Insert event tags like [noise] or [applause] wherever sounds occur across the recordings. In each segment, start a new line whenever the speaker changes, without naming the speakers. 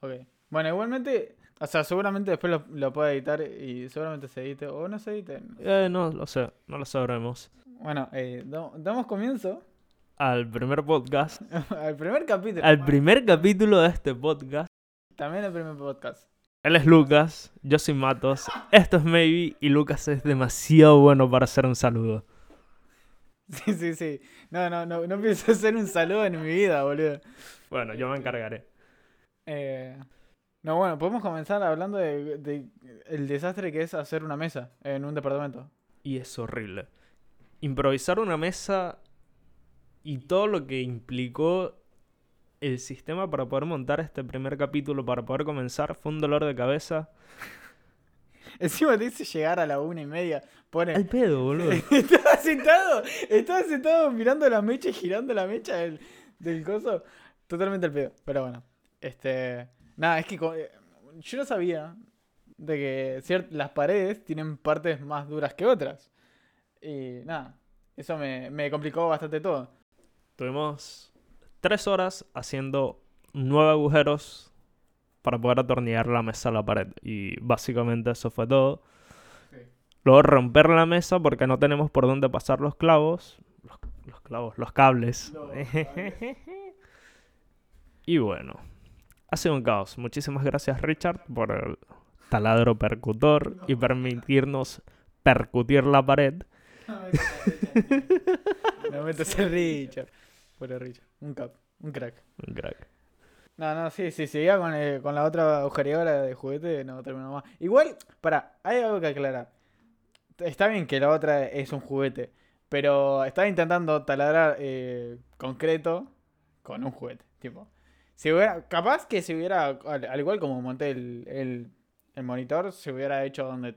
Ok. Bueno, igualmente, o sea, seguramente después lo, lo pueda editar y seguramente se edite o no se edite.
Eh, no lo sé, no lo sabremos.
Bueno, eh, dam- damos comienzo [laughs]
Al primer podcast,
al primer capítulo.
al
Bueno,
primer capítulo de este podcast.
También el primer podcast. [laughs]
Él es Lucas, yo soy Matos, esto es Maybe y Lucas es demasiado bueno para hacer un saludo.
Sí, sí, sí. No, no, no, no pienso hacer un saludo en mi vida, boludo.
Bueno, yo me encargaré.
Eh, no, bueno, podemos comenzar hablando de, de el desastre que es hacer una mesa en un departamento.
Y es horrible. Improvisar una mesa y todo lo que implicó el sistema para poder montar este primer capítulo, para poder comenzar, fue un dolor de cabeza.
Encima te dice llegar a la una y media. Pone.
Al pedo, boludo.
[laughs] Estaba sentado, estaba sentado mirando la mecha y girando la mecha del, del coso. Totalmente al pedo, pero bueno. Este. Nada, es que co- eh, yo no sabía de que cier- las paredes tienen partes más duras que otras. Y nada, eso me, me complicó bastante todo.
Tuvimos tres horas haciendo nueve agujeros para poder atornillar la mesa a la pared. Y básicamente eso fue todo.
Sí.
Luego romper la mesa porque no tenemos por dónde pasar los clavos. Los, los clavos, los cables. [laughs]
Los cables.
y bueno, ha sido un caos. Muchísimas gracias Richard por el taladro percutor y permitirnos percutir la pared.
Me meto ese Richard. Pobre Richard. Un cap, un crack.
Un crack.
No, no, sí, sí, seguía con, el- con la otra agujereadora de juguete, no terminó más. Igual, para, hay algo que aclarar. Está bien que la otra es un juguete, pero estaba intentando taladrar eh, concreto con un juguete, tipo. Si hubiera, capaz que si hubiera, al, al igual como monté el, el- el monitor, se hubiera hecho donde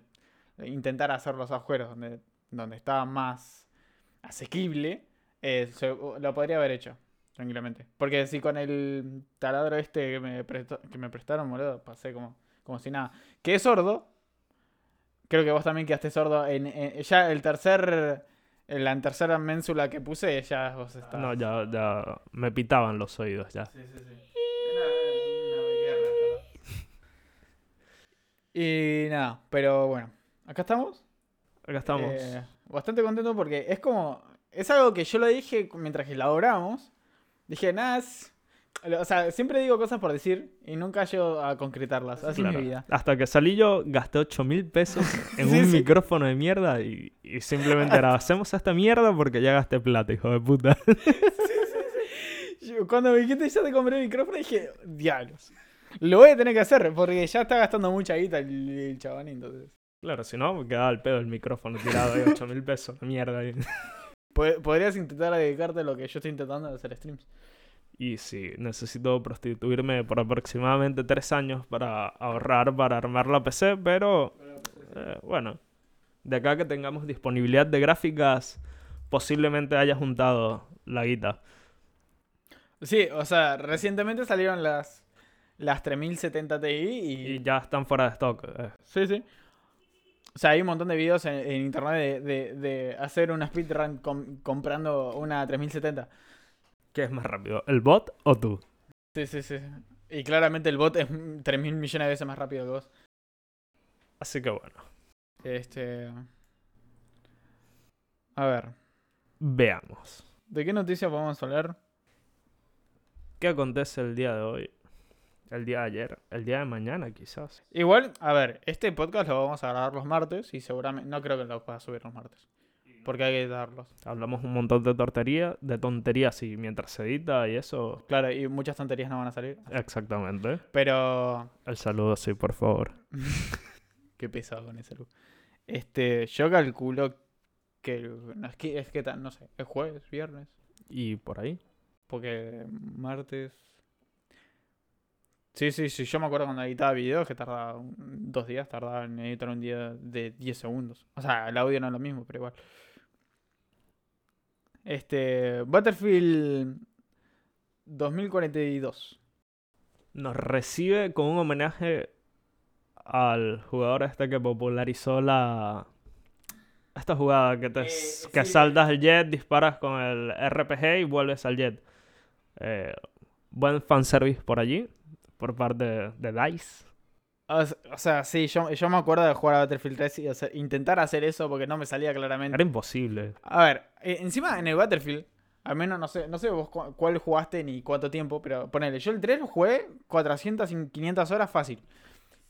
intentar hacer los agujeros, donde, donde estaba más asequible, eh, se- lo podría haber hecho. Tranquilamente. Porque si con el taladro este que me, prestó- que me prestaron, boludo, pasé como, como si nada. Que es sordo. Creo que vos también quedaste sordo. En, en- ya el tercer. en la tercera ménsula que puse, ya vos estás.
No, ya, ya me pitaban los oídos ya.
Sí, sí, sí. Y nada, pero bueno. Acá estamos.
Acá estamos.
Eh, bastante contento porque es como. Es algo que yo lo dije cu- mientras que elaboramos. Dije, nada, es- O sea, siempre digo cosas por decir y nunca llego a concretarlas. Así es
Claro.
mi vida. [laughs]
Hasta que salí yo, gasté 8 mil pesos en
Sí,
un
sí.
micrófono de mierda y, y simplemente era, hacemos esta mierda porque ya gasté plata, hijo de puta.
Yo, cuando me dijiste ya te compré el micrófono, dije, diablos. Lo voy a tener que hacer porque ya está gastando mucha guita el, el chabón, entonces.
claro, si no, me quedaba al pedo el micrófono tirado de 8 mil pesos, la mierda. ahí.
Po- Podrías intentar dedicarte a lo que yo estoy intentando de hacer streams.
Y sí, necesito prostituirme por aproximadamente 3 años para ahorrar, para armar la PC, pero eh, bueno, de acá que tengamos disponibilidad de gráficas, posiblemente haya juntado la guita.
Sí, o sea, recientemente salieron las, las 3070 Ti y
Y ya están fuera de stock. eh.
Sí, sí. O sea, hay un montón de videos en, en internet de, de- de hacer una speedrun com- comprando una 3070.
¿Qué es más rápido, el bot o tú?
Sí, sí, sí. Y claramente el bot es 3.000 millones de veces más rápido que vos.
Así que bueno,
Este. A ver,
veamos.
¿de qué noticia podemos hablar?
¿Qué acontece el día de hoy? El día de ayer, el día de mañana quizás.
Igual, a ver, este podcast lo vamos a grabar los martes y seguramente. No creo que lo pueda subir los martes. Porque hay que editarlos.
Hablamos un montón de tortería, de tonterías y mientras se edita y eso.
Claro, y muchas tonterías no van a salir.
Exactamente.
Pero.
El saludo sí, por favor.
Qué pesado con ese look. Este, yo calculo que. el- No, es que, es que ta- no sé, es jueves, viernes.
Y por ahí.
Porque martes. Sí, sí, sí, yo me acuerdo cuando editaba videos que tardaba un- dos días, tardaba en editar un día de 10 segundos. O sea, el audio no es lo mismo, pero igual. Este. Battlefield 2042.
Nos recibe con un homenaje al jugador este que popularizó la... Esta jugada que te
Eh,
s- que
sí.
saldas el jet, disparas con el RPG y vuelves al jet. Eh, buen fanservice por allí. por parte de, de DICE.
O s- o sea, sí, yo, yo me acuerdo de jugar a Battlefield 3 y hacer- intentar hacer eso porque no me salía claramente.
Era imposible.
A ver, eh, encima en el Battlefield, al menos no sé, no sé vos cu- cuál jugaste ni cuánto tiempo, pero ponele, yo el 3 lo jugué 400, y 500 horas fácil.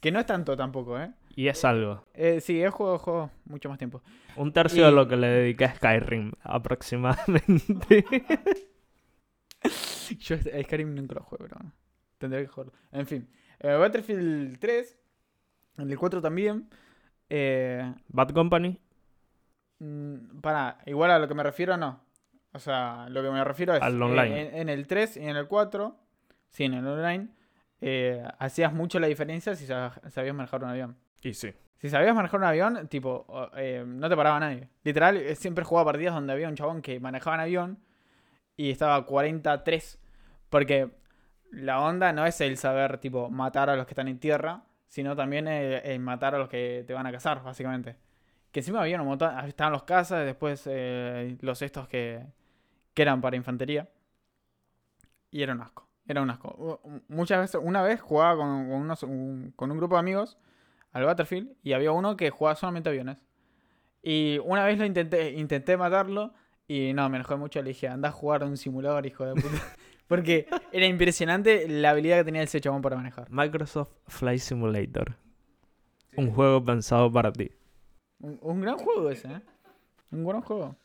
Que no es tanto tampoco, ¿eh?
Y es algo.
eh sí, he jugado, juego mucho más tiempo. [laughs]
Un tercio de
Y-
lo que le dediqué a Skyrim, aproximadamente. [laughs]
Yo este- a Skyrim nunca lo jugué, pero bueno, tendré que jugarlo. En fin, eh, Battlefield 3, el 4 también. Eh,
Bad Company.
para, Mm, igual a lo que me refiero, no. O sea, lo que me refiero es.
Al
eh,
online.
En, en el 3 y en el 4, sí, en el online, eh, hacías mucho la diferencia si sa- sabías manejar un avión.
Y sí.
Si sabías manejar un avión, tipo, o- eh, no te paraba nadie. Literal, eh, siempre jugaba partidas donde había un chabón que manejaba un avión y estaba 43. Porque la onda no es el saber, tipo, matar a los que están en tierra, sino también el, el matar a los que te van a cazar, básicamente. Que encima había un montón, ah, estaban los cazas, después eh, los estos que, que eran para infantería. Y era un asco, era un asco. U- u- Muchas veces, una vez jugaba con, con unos- un- con un grupo de amigos al Battlefield y había uno que jugaba solamente aviones. Y una vez lo intenté, intenté matarlo y no, me enojé mucho. Le dije, anda a jugar a un simulador, hijo de puta. [laughs] Porque era impresionante la habilidad que tenía ese chabón para manejar.
Microsoft Flight Simulator. Un juego pensado para ti.
Un, un gran juego ese, ¿eh? Un gran juego.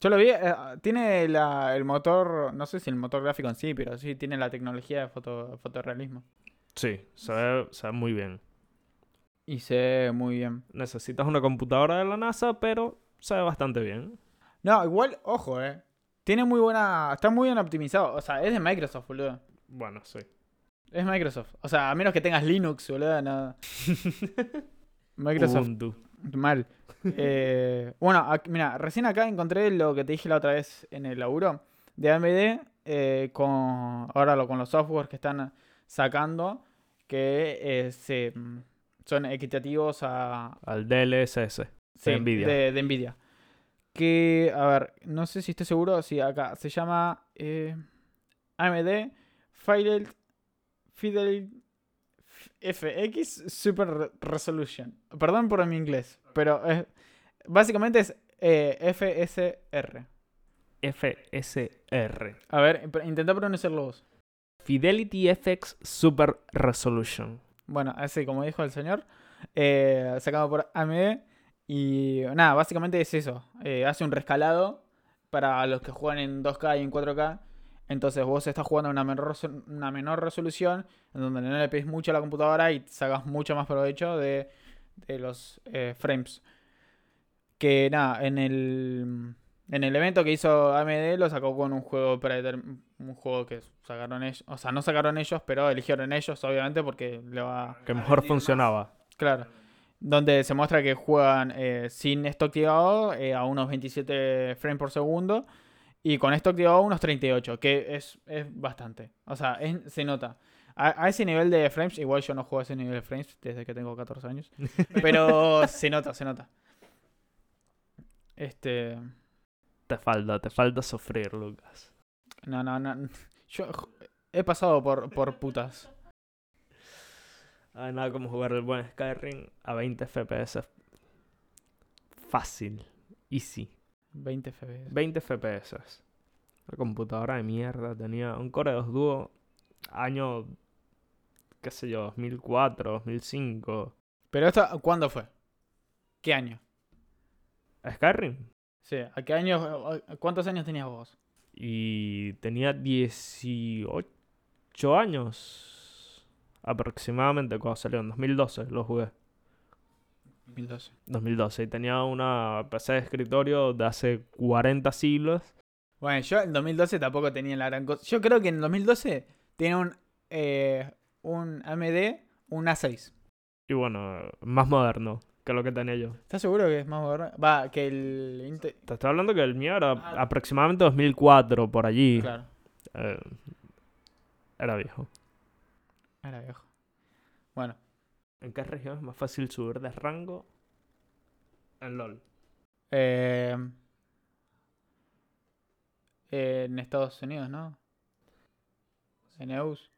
Yo lo vi, eh, tiene la- el motor, no sé si el motor gráfico en sí, pero sí tiene la tecnología de foto, fotorrealismo.
Sí, se ve, se ve muy bien.
Y se ve muy bien.
Necesitas una computadora de la NASA, pero se ve bastante bien.
No, igual, ojo, ¿eh? Tiene muy buena, está muy bien optimizado. O sea, es de Microsoft, boludo.
Bueno, sí.
Es Microsoft. O sea, a menos que tengas Linux, boludo, nada. Microsoft,
Ubuntu.
mal. Eh, [laughs] bueno, ac- mira, recién acá encontré lo que te dije la otra vez en el laburo de AMD eh, con ahora lo con los softwares que están sacando que eh, se, mm, son equitativos a
Al DLSS. De Nvidia.
de- de Nvidia. Que, a ver, no sé si estoy seguro, si acá se llama eh, AMD Fidel, Fidel FX Super Re- Resolution. Perdón por mi inglés, pero es- básicamente es eh, FSR.
FSR.
A ver, imp- intenta pronunciarlo vos.
Fidelity FX Super Resolution.
Bueno, así como dijo el señor, eh, sacado por AMD. Y nada, básicamente es eso. eh, hace un rescalado para los que juegan en 2K y en 4K. Entonces vos estás jugando a una menor, resol- una menor resolución, en donde no le pedís mucho a la computadora y sacas mucho más provecho de, de los eh, frames. Que nada, en el, en el evento que hizo AMD lo sacó con un juego predeterm- un juego que sacaron ellos, o sea, no sacaron ellos, pero eligieron ellos, obviamente, porque le va...
Que mejor funcionaba.
Claro. Donde se muestra que juegan eh, sin esto activado eh, a unos 27 frames por segundo y con esto activado a unos 38, que es, es bastante. O sea, es- se nota. A, a ese nivel de frames, igual yo no juego a ese nivel de frames desde que tengo 14 años, pero se nota, se nota. Este.
Te falta, te falta sufrir, Lucas.
No, no, no. Yo jo- he pasado por, por putas.
Ay, Ah, nada como jugar el buen Skyrim a 20 FPS. Fácil. Easy.
20 FPS.
20 FPS. La computadora de mierda tenía un Core 2 Duo año, qué sé yo, 2004, 2005.
Pero esto, ¿cuándo fue? ¿Qué año?
Skyrim.
Sí, ¿a qué año, a- ¿cuántos años tenías vos?
Y tenía 18 años aproximadamente cuando salió, en 2012 lo jugué.
2012.
2012 y tenía una PC de escritorio de hace 40 siglos.
Bueno, yo en 2012 tampoco tenía la gran cosa. Yo creo que en 2012 tenía un, eh, un AMD, un A6.
Y bueno, más moderno que lo que tenía yo.
¿Estás seguro que es más moderno? Va, que el... Inte-
Te estoy hablando que el mío era
Ah.
aproximadamente 2004, por allí.
Claro,
Eh, era viejo.
era viejo. Bueno,
¿En qué región es más fácil subir de rango? En LOL.
eh, en Estados Unidos, ¿no? En EUS. E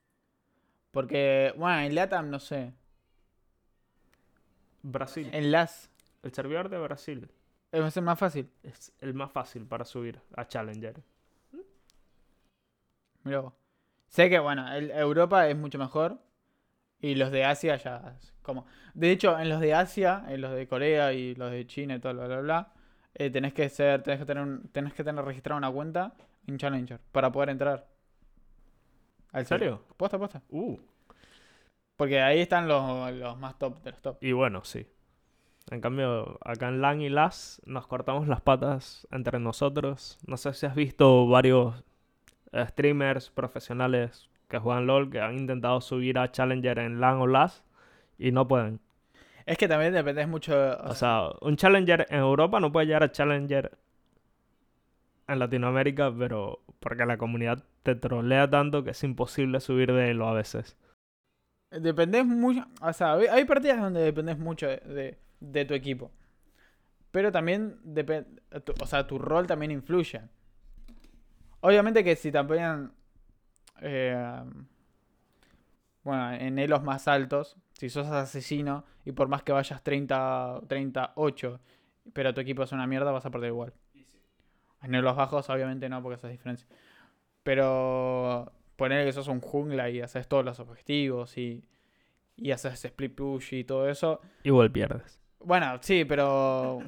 Porque, bueno, en LATAM no sé.
Brasil.
En LAS
El servidor de Brasil
es el más fácil.
es el más fácil para subir a Challenger.
Mirá vos. Sé que, bueno, el- Europa es mucho mejor. Y los de Asia ya. es Como... De hecho, en los de Asia, en los de Corea y los de China y todo, bla, bla, bla. eh, tenés que ser, tenés que tener un- tenés que tener registrada una cuenta en Challenger para poder entrar. ¿En
¿En serio?
Posta, posta.
Uh.
Porque ahí están los, los más top de los top.
Y bueno, sí. En cambio, acá en LAN y LAS nos cortamos las patas entre nosotros. No sé si has visto varios eh, streamers profesionales que juegan LOL que han intentado subir a Challenger en LAN o LAS y no pueden.
Es que también dependés mucho.
O sea, un Challenger en Europa no puede llegar a Challenger en Latinoamérica, pero porque la comunidad te trolea tanto que es imposible subir de elo a veces.
Dependés mucho. O sea, hay- hay partidas donde dependés mucho de, de- de tu equipo. Pero también depende. O sea, tu rol también influye. Obviamente que si también. eh, bueno, en elos más altos. Si sos asesino y por más que vayas 30, 38, pero tu equipo es una mierda, vas a perder igual. En elos bajos, obviamente no, porque esa es diferencia. Pero poner que sos un jungla y haces todos los objetivos y, y haces split push y todo eso.
Igual pierdes.
Bueno, sí, pero.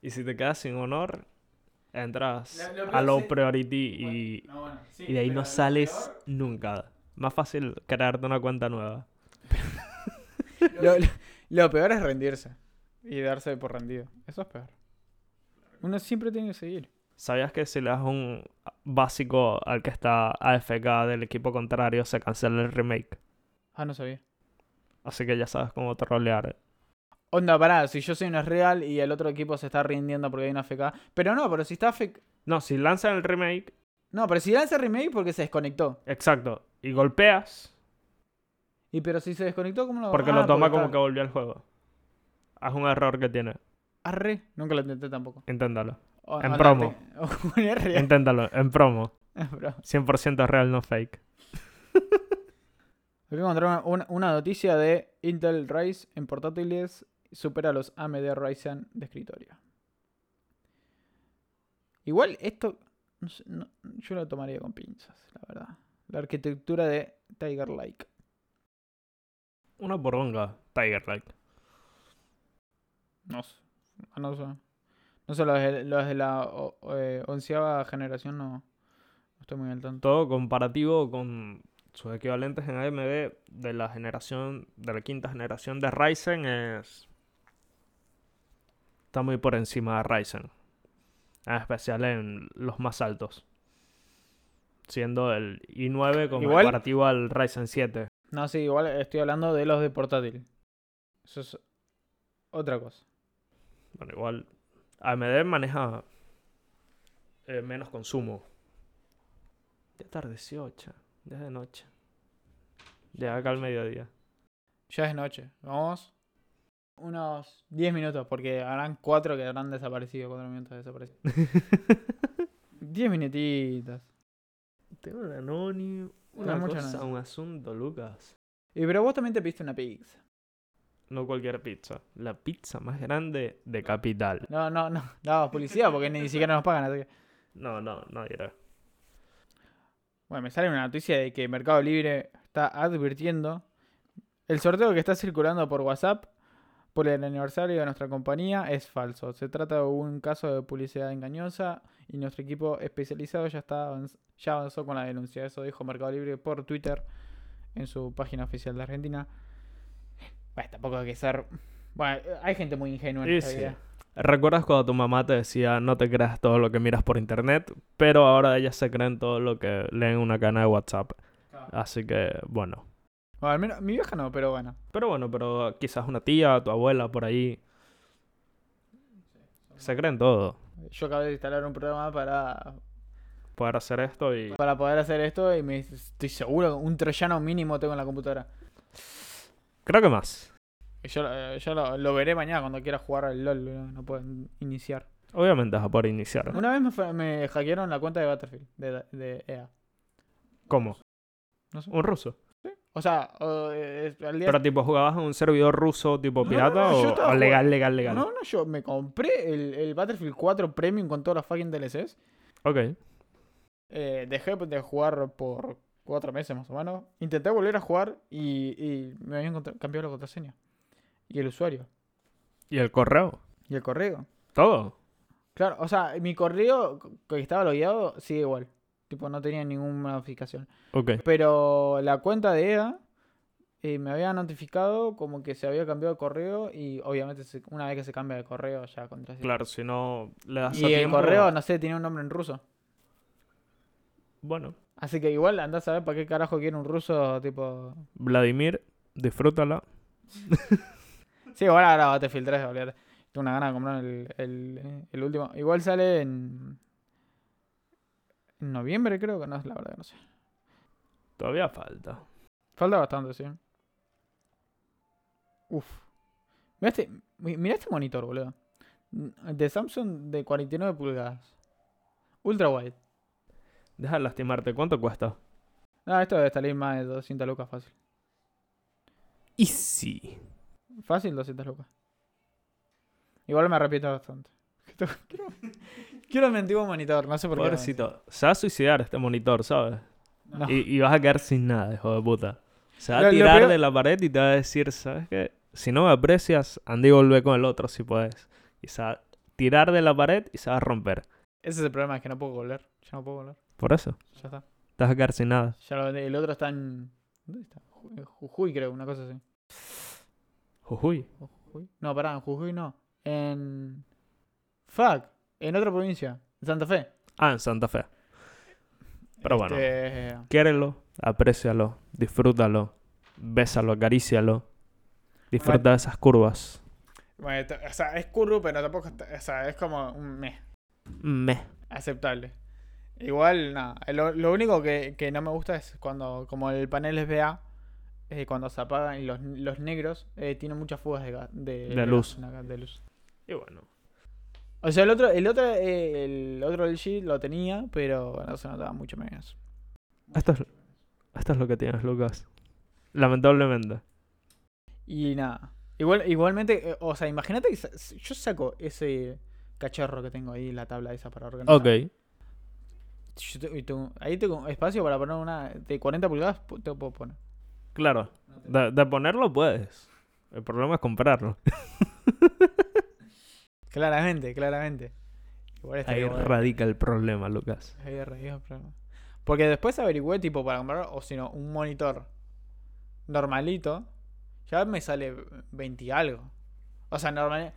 Y si te quedas sin honor, entras
Lo- lo
a
peor
low
es-
priority y, y de ahí no sales nunca. Más fácil crearte una cuenta nueva. [laughs]
Lo, lo- lo peor es rendirse y darse por rendido. Eso es peor. Uno siempre tiene que seguir.
¿Sabías que si le das un básico al que está AFK del equipo contrario, se cancela el remake?
Ah, no sabía.
Así que ya sabes cómo trolear.
Onda, pará, si yo soy una real y el otro equipo se está rindiendo porque hay una FK. Pero no, pero si está FK.
No, si lanzan el remake,
No, pero si lanza remake porque se desconectó.
exacto, y golpeas,
Y pero si se desconectó, ¿cómo lo
porque
Ah,
lo toma como
está-
que volvió al juego. Es un error que tiene.
Arre, nunca lo intenté tampoco.
Inténtalo.
O-
En
onda,
promo.
te- [laughs] Un R.
Inténtalo, en promo.
[laughs] Bro,
100% real, no fake.
Acá encontré una, una noticia de Intel Rise en portátiles supera los AMD Ryzen de escritorio. Igual esto no sé, no- yo lo tomaría con pinzas, la verdad. La arquitectura de Tiger Lake.
Una poronga, Tiger Like.
No sé. Ah, No sé. No sé, los de, los de la o- o, eh, onceava generación no, no estoy muy al tanto.
Todo comparativo con sus equivalentes en AMD de la generación, de la quinta generación de Ryzen es... Está muy por encima de Ryzen. En especial en los más altos. Siendo el i9 como
Igual-
comparativo al Ryzen 7.
No, sí, igual estoy hablando de los de portátil. Eso es otra cosa.
Bueno, igual AMD maneja eh, menos consumo. Ya atardeció, cha. Ya es de noche. Ya acá al mediodía.
Ya es noche. Vamos. Unos 10 minutos, porque harán 4 que habrán desaparecido. 4 minutos desaparecidos. 10 minutitos.
[laughs] Tengo un anónimo.
una
Una
mucha
cosa,
noche.
un asunto, Lucas.
Y pero vos también te pediste una pizza.
No cualquier pizza. La pizza más grande de Capital.
No, no, no. No, publicidad, porque ni siquiera nos pagan. así que-
No, no, no era.
Bueno, me sale una noticia de que Mercado Libre está advirtiendo el sorteo que está circulando por WhatsApp por el aniversario de nuestra compañía es falso. Se trata de un caso de publicidad engañosa y nuestro equipo especializado ya está avanz- ya avanzó con la denuncia. Eso dijo Mercado Libre por Twitter en su página oficial de Argentina. Bueno, tampoco hay que ser. Bueno, hay gente muy ingenua en
Y
esta
sí.
vida.
¿Recuerdas cuando tu mamá te decía no te creas todo lo que miras por internet? Pero ahora ellas se creen todo lo que leen en una cana de WhatsApp. Así que, bueno.
Bueno, al menos mi vieja no, pero bueno.
Pero bueno, pero quizás una tía, tu abuela por ahí. Se creen todo.
Yo acabé de instalar un programa para
Poder hacer esto y.
para poder hacer esto y me estoy seguro que un troyano mínimo tengo en la computadora.
Creo que más.
Y Yo, eh, yo lo, lo veré mañana cuando quiera jugar al LOL, no, no puedo iniciar.
Obviamente vas a poder iniciar.
E Una vez me, fue- me hackearon la cuenta de Battlefield, de, de EA.
¿Cómo?
No sé.
Un ruso.
O sea, o, eh, al día
Pero tipo, ¿jugabas a un servidor ruso tipo
No,
pirata
no, yo
o-
estaba
o, legal,
jugando-
legal, legal?
No, no, yo me compré el, el Battlefield 4 Premium con todas las fucking DLCs.
Ok.
Eh, dejé de jugar por cuatro meses más o menos. Intenté volver a jugar y, y me habían contra- cambiado la contraseña. Y el usuario.
¿Y el correo?
Y el correo.
¿Todo?
Claro, o sea, mi correo que estaba logueado sigue igual. Tipo, no tenía ninguna notificación.
Ok.
Pero la cuenta de EA eh, me había notificado como que se había cambiado de correo y obviamente se- una vez que se cambia de correo ya contraseña.
Claro, si no le das
Y
a
el
tiempo,
correo, no sé, tenía un nombre en ruso.
Bueno,
Así que igual andás a ver para qué carajo quiere un ruso, tipo.
Vladimir, disfrútala.
Sí, igual ahora Battlefield 3, boludo. Tengo una gana de comprar el, el, el último. Igual sale en. En noviembre, creo que no es la verdad, no sé.
Todavía falta.
Falta bastante, sí. Uf. Mirá este, mi- mirá este monitor, boludo. Mm, De Samsung de 49 pulgadas. Ultra wide.
Deja de lastimarte. ¿Cuánto cuesta?
No, Ah, esto debe salir más de 200 lucas fácil.
Easy.
Fácil 200 lucas. Igual me repito bastante. [laughs] Quiero, quiero mi antiguo monitor, no sé por qué.
Pobrecito. Se va a suicidar este monitor, ¿sabes?
No.
Y, y vas a quedar sin nada, hijo de puta. Se va
Lo-
a
lo
tirar
peor-
de la pared y te va a decir, ¿sabes qué? Si no me aprecias, Andy vuelve con el otro si puedes. Y se va a tirar de la pared y se va a romper.
Ese es el problema, es que no puedo volver. Ya no puedo volver.
Por eso.
Ya está.
Te vas a quedar sin nada.
Ya lo vendí. El otro está en. ¿Dónde está? Ju- en Jujuy, creo, una cosa así.
Jujuy.
¿O Jujuy? No, pará, en Jujuy no. En. Fuck. En otra provincia. En Santa Fe.
Ah, en Santa Fe. Pero bueno.
Este,
Quiérelo, aprécialo, disfrútalo, bésalo, acarícialo. Disfruta de esas curvas.
bueno, esto- o sea, es curvo, pero tampoco. está- O sea, es como un mes.
Meh.
Aceptable. Igual, nada. eh, Lo, lo único que, que no me gusta es cuando. Como el panel es BA. eh, cuando se apagan y los, los negros eh, tienen muchas fugas de, ga- de,
De
gas,
luz.
de luz.
Y bueno.
O sea, el otro, el otro, eh, el otro LG lo tenía, pero no se notaba mucho menos.
Esto es, esto es lo que tienes, Lucas. Lamentablemente.
Y nada. Igual, igualmente, eh, o sea, imagínate que sa- si yo saco ese cacharro que tengo ahí, la tabla esa para organizar.
Ok.
Yo te- y tengo- ahí tengo espacio para poner una de 40 pulgadas, pu- te puedo poner.
Claro. De, de ponerlo puedes. El problema es comprarlo.
Claramente, claramente. Igual
Ahí
estaría bueno.
radica el problema, Lucas.
Ahí es raíz el problema. Porque después averigüé, tipo, para comprar, o si no, un monitor normalito, ya me sale 20 y algo. O sea, normal.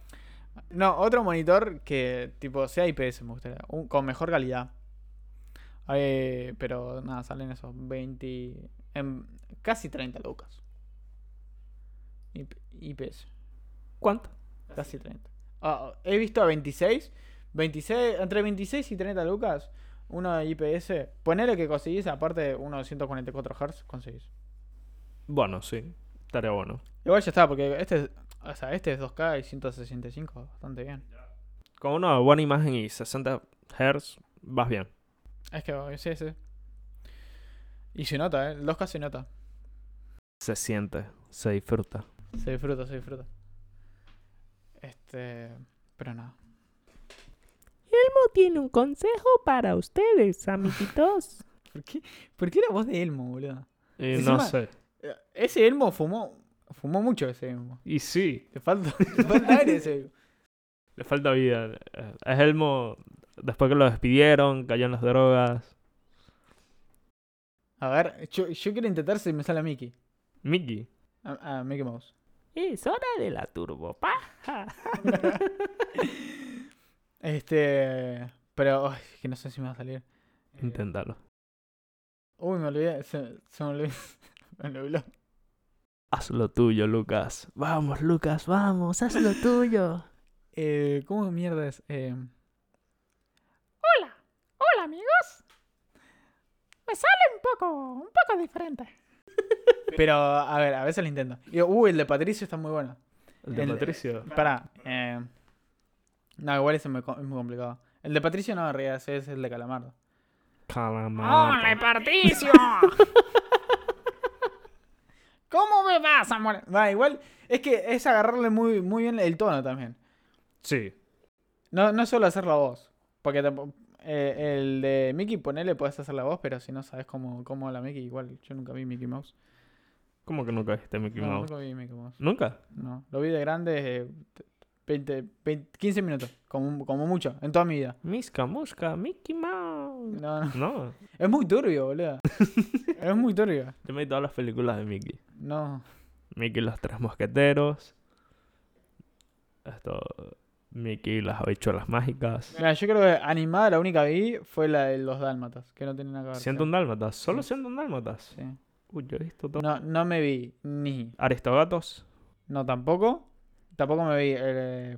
No, otro monitor que, tipo, sea IPS, me gustaría. un- con mejor calidad. Eh, pero nada, salen esos 20. en- casi 30 lucas. IP- IPS.
¿Cuánto?
Casi 30. Ah, he visto a 26, 26. Entre 26 y 30 lucas, uno de IPS. Ponele que conseguís, aparte uno de 144 Hz, conseguís.
Bueno, sí. Estaría bueno.
Igual ya está, porque este es, o sea, este es 2K y 165, bastante bien.
Con una buena imagen y 60 Hz, vas bien.
Es que oh, sí, sí. Y se nota, ¿eh? El 2K se nota.
Se siente, se disfruta.
Se disfruta, se disfruta. Este. Pero nada.
tiene un consejo para ustedes, amiguitos.
[laughs] ¿Por qué, ¿Por qué la voz de Elmo, boludo?
Y
Encima-
no sé.
Eh, Ese Elmo fumó. Fumó mucho ese Elmo.
Y sí,
Le falta, [laughs] le falta aire a ese Elmo.
Le falta vida. Eh, Es Elmo, después que lo despidieron, cayó en las drogas.
A ver, yo, yo quiero intentar si me sale a Mickey.
Mickey.
A, a Mickey Mouse. [laughs]
Es hora de la
Eh.
turbopaja.
este. Pero, ay, que no sé si me va a salir. Eh,
Inténtalo.
Uy, me olvidé. Se, se me olvidó. [laughs] me nubló.
Haz lo tuyo, Lucas. Vamos, Lucas, vamos.
Haz lo tuyo.
Eh, ¿Cómo mierda es? Eh,
Hola, hola amigos. Me sale un poco, un poco diferente.
pero, a ver, a veces lo intento. Y, uy, el de Patricio está muy bueno.
El de
El-
Patricio.
Pará. eh, no, igual ese me co- es muy complicado. El de Patricio no, en realidad, ese es el de Calamardo.
Calamar.
¡Hola, Patricio! nada, Samuel.
Va, igual es que es agarrarle muy, muy bien el tono también.
Sí.
No, no solo hacer la voz. Porque tampo- eh, el de Mickey, ponele, puedes hacer la voz, pero si no sabes cómo, cómo habla Mickey, igual yo nunca vi Mickey Mouse.
¿Cómo que nunca viste Mickey
No,
Mouse?
nunca vi Mickey Mouse.
¿Nunca?
No, lo vi de grande eh, 20, 20, 15 minutos, como, como mucho, en toda mi vida.
Misca, Mosca, Mickey Mouse.
No, no.
No,
Es muy turbio,
[laughs]
boludo. es muy turbio.
yo me vi todas las películas de Mickey.
No.
Mickey y los tres mosqueteros. Esto. Mickey y las habichuelas mágicas.
Mira, yo creo que animada la única que vi fue la de los dálmatas, que no tienen nada que ver.
Siento un dálmatas. Solo siento un dálmatas.
Sí.
Uy, yo he visto todo.
No, no me vi ni.
Aristogatos.
No, tampoco. Tampoco me vi. el, eh,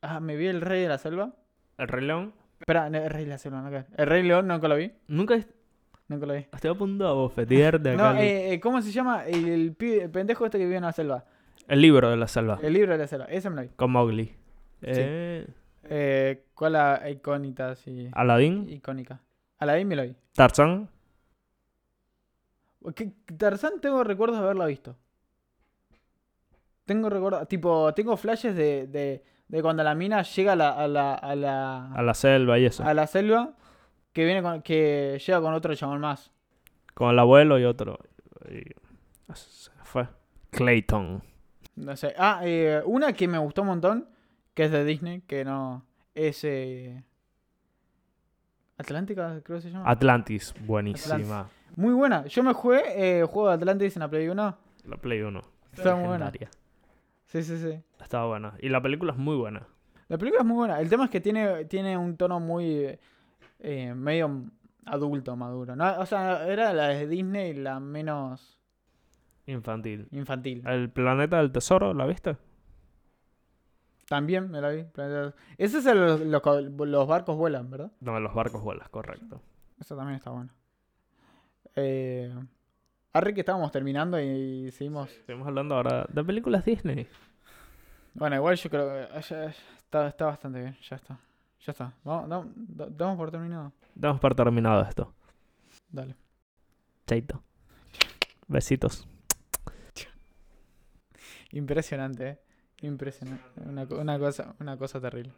Ah, me vi el Rey de la Selva.
El Rey León.
Espera, no, el Rey de la Selva, no acá. El Rey León nunca lo vi.
Nunca he-
Nunca lo vi.
estoy a punto de abofetear de acá.
[laughs] No,
el-
eh, eh, ¿cómo se llama? El, pibe- el pendejo este que vive en la selva.
el libro de la selva.
El libro de la selva. Ese me lo vi.
Con Mowgli. Eh,
Eh, ¿Cuál la icónica así?
Aladdin.
Icónica. Aladdin me lo vi.
Tarzan.
Que- que Tarzán tengo recuerdos de haberla visto. Tengo recuerdos, tipo, tengo flashes de, de, de cuando la mina llega a la, a la, a la,
A la selva y eso.
a la selva, que viene con, que llega con otro chabón más.
Con el abuelo y otro. y- ah, se fue. Clayton.
No sé. Ah, eh, una que me gustó un montón, que es de Disney, que no es... eh, Atlántica, creo que se llama.
Atlantis. Buenísima.
Muy buena. Yo me jugué eh, juego de Atlantis en la Play 1.
La Play 1.
Está muy buena.
Legendaria.
Sí, sí, sí.
Estaba buena. Y la película es muy buena.
La película es muy buena. El tema es que tiene, tiene un tono muy eh, medio adulto, maduro. ¿no? O sea, era la de Disney la menos
Infantil.
infantil.
El planeta del tesoro, ¿la viste?
También me la vi. Planeta- Ese es el, los, co- los barcos vuelan, ¿verdad?
Donde los barcos vuelas, correcto.
Eso también está bueno. Eh, Arre que estábamos terminando y, seguimos.
Estamos hablando ahora de películas Disney.
Bueno, igual yo creo que ah, ya- ya está, está bastante bien. Ya está. Ya está. Vamos, dam- da- damos por terminado.
Damos por terminado esto.
Dale.
Chaito. Besitos.
Impresionante, ¿eh? Impresionante. Una, co- una cosa, una cosa terrible.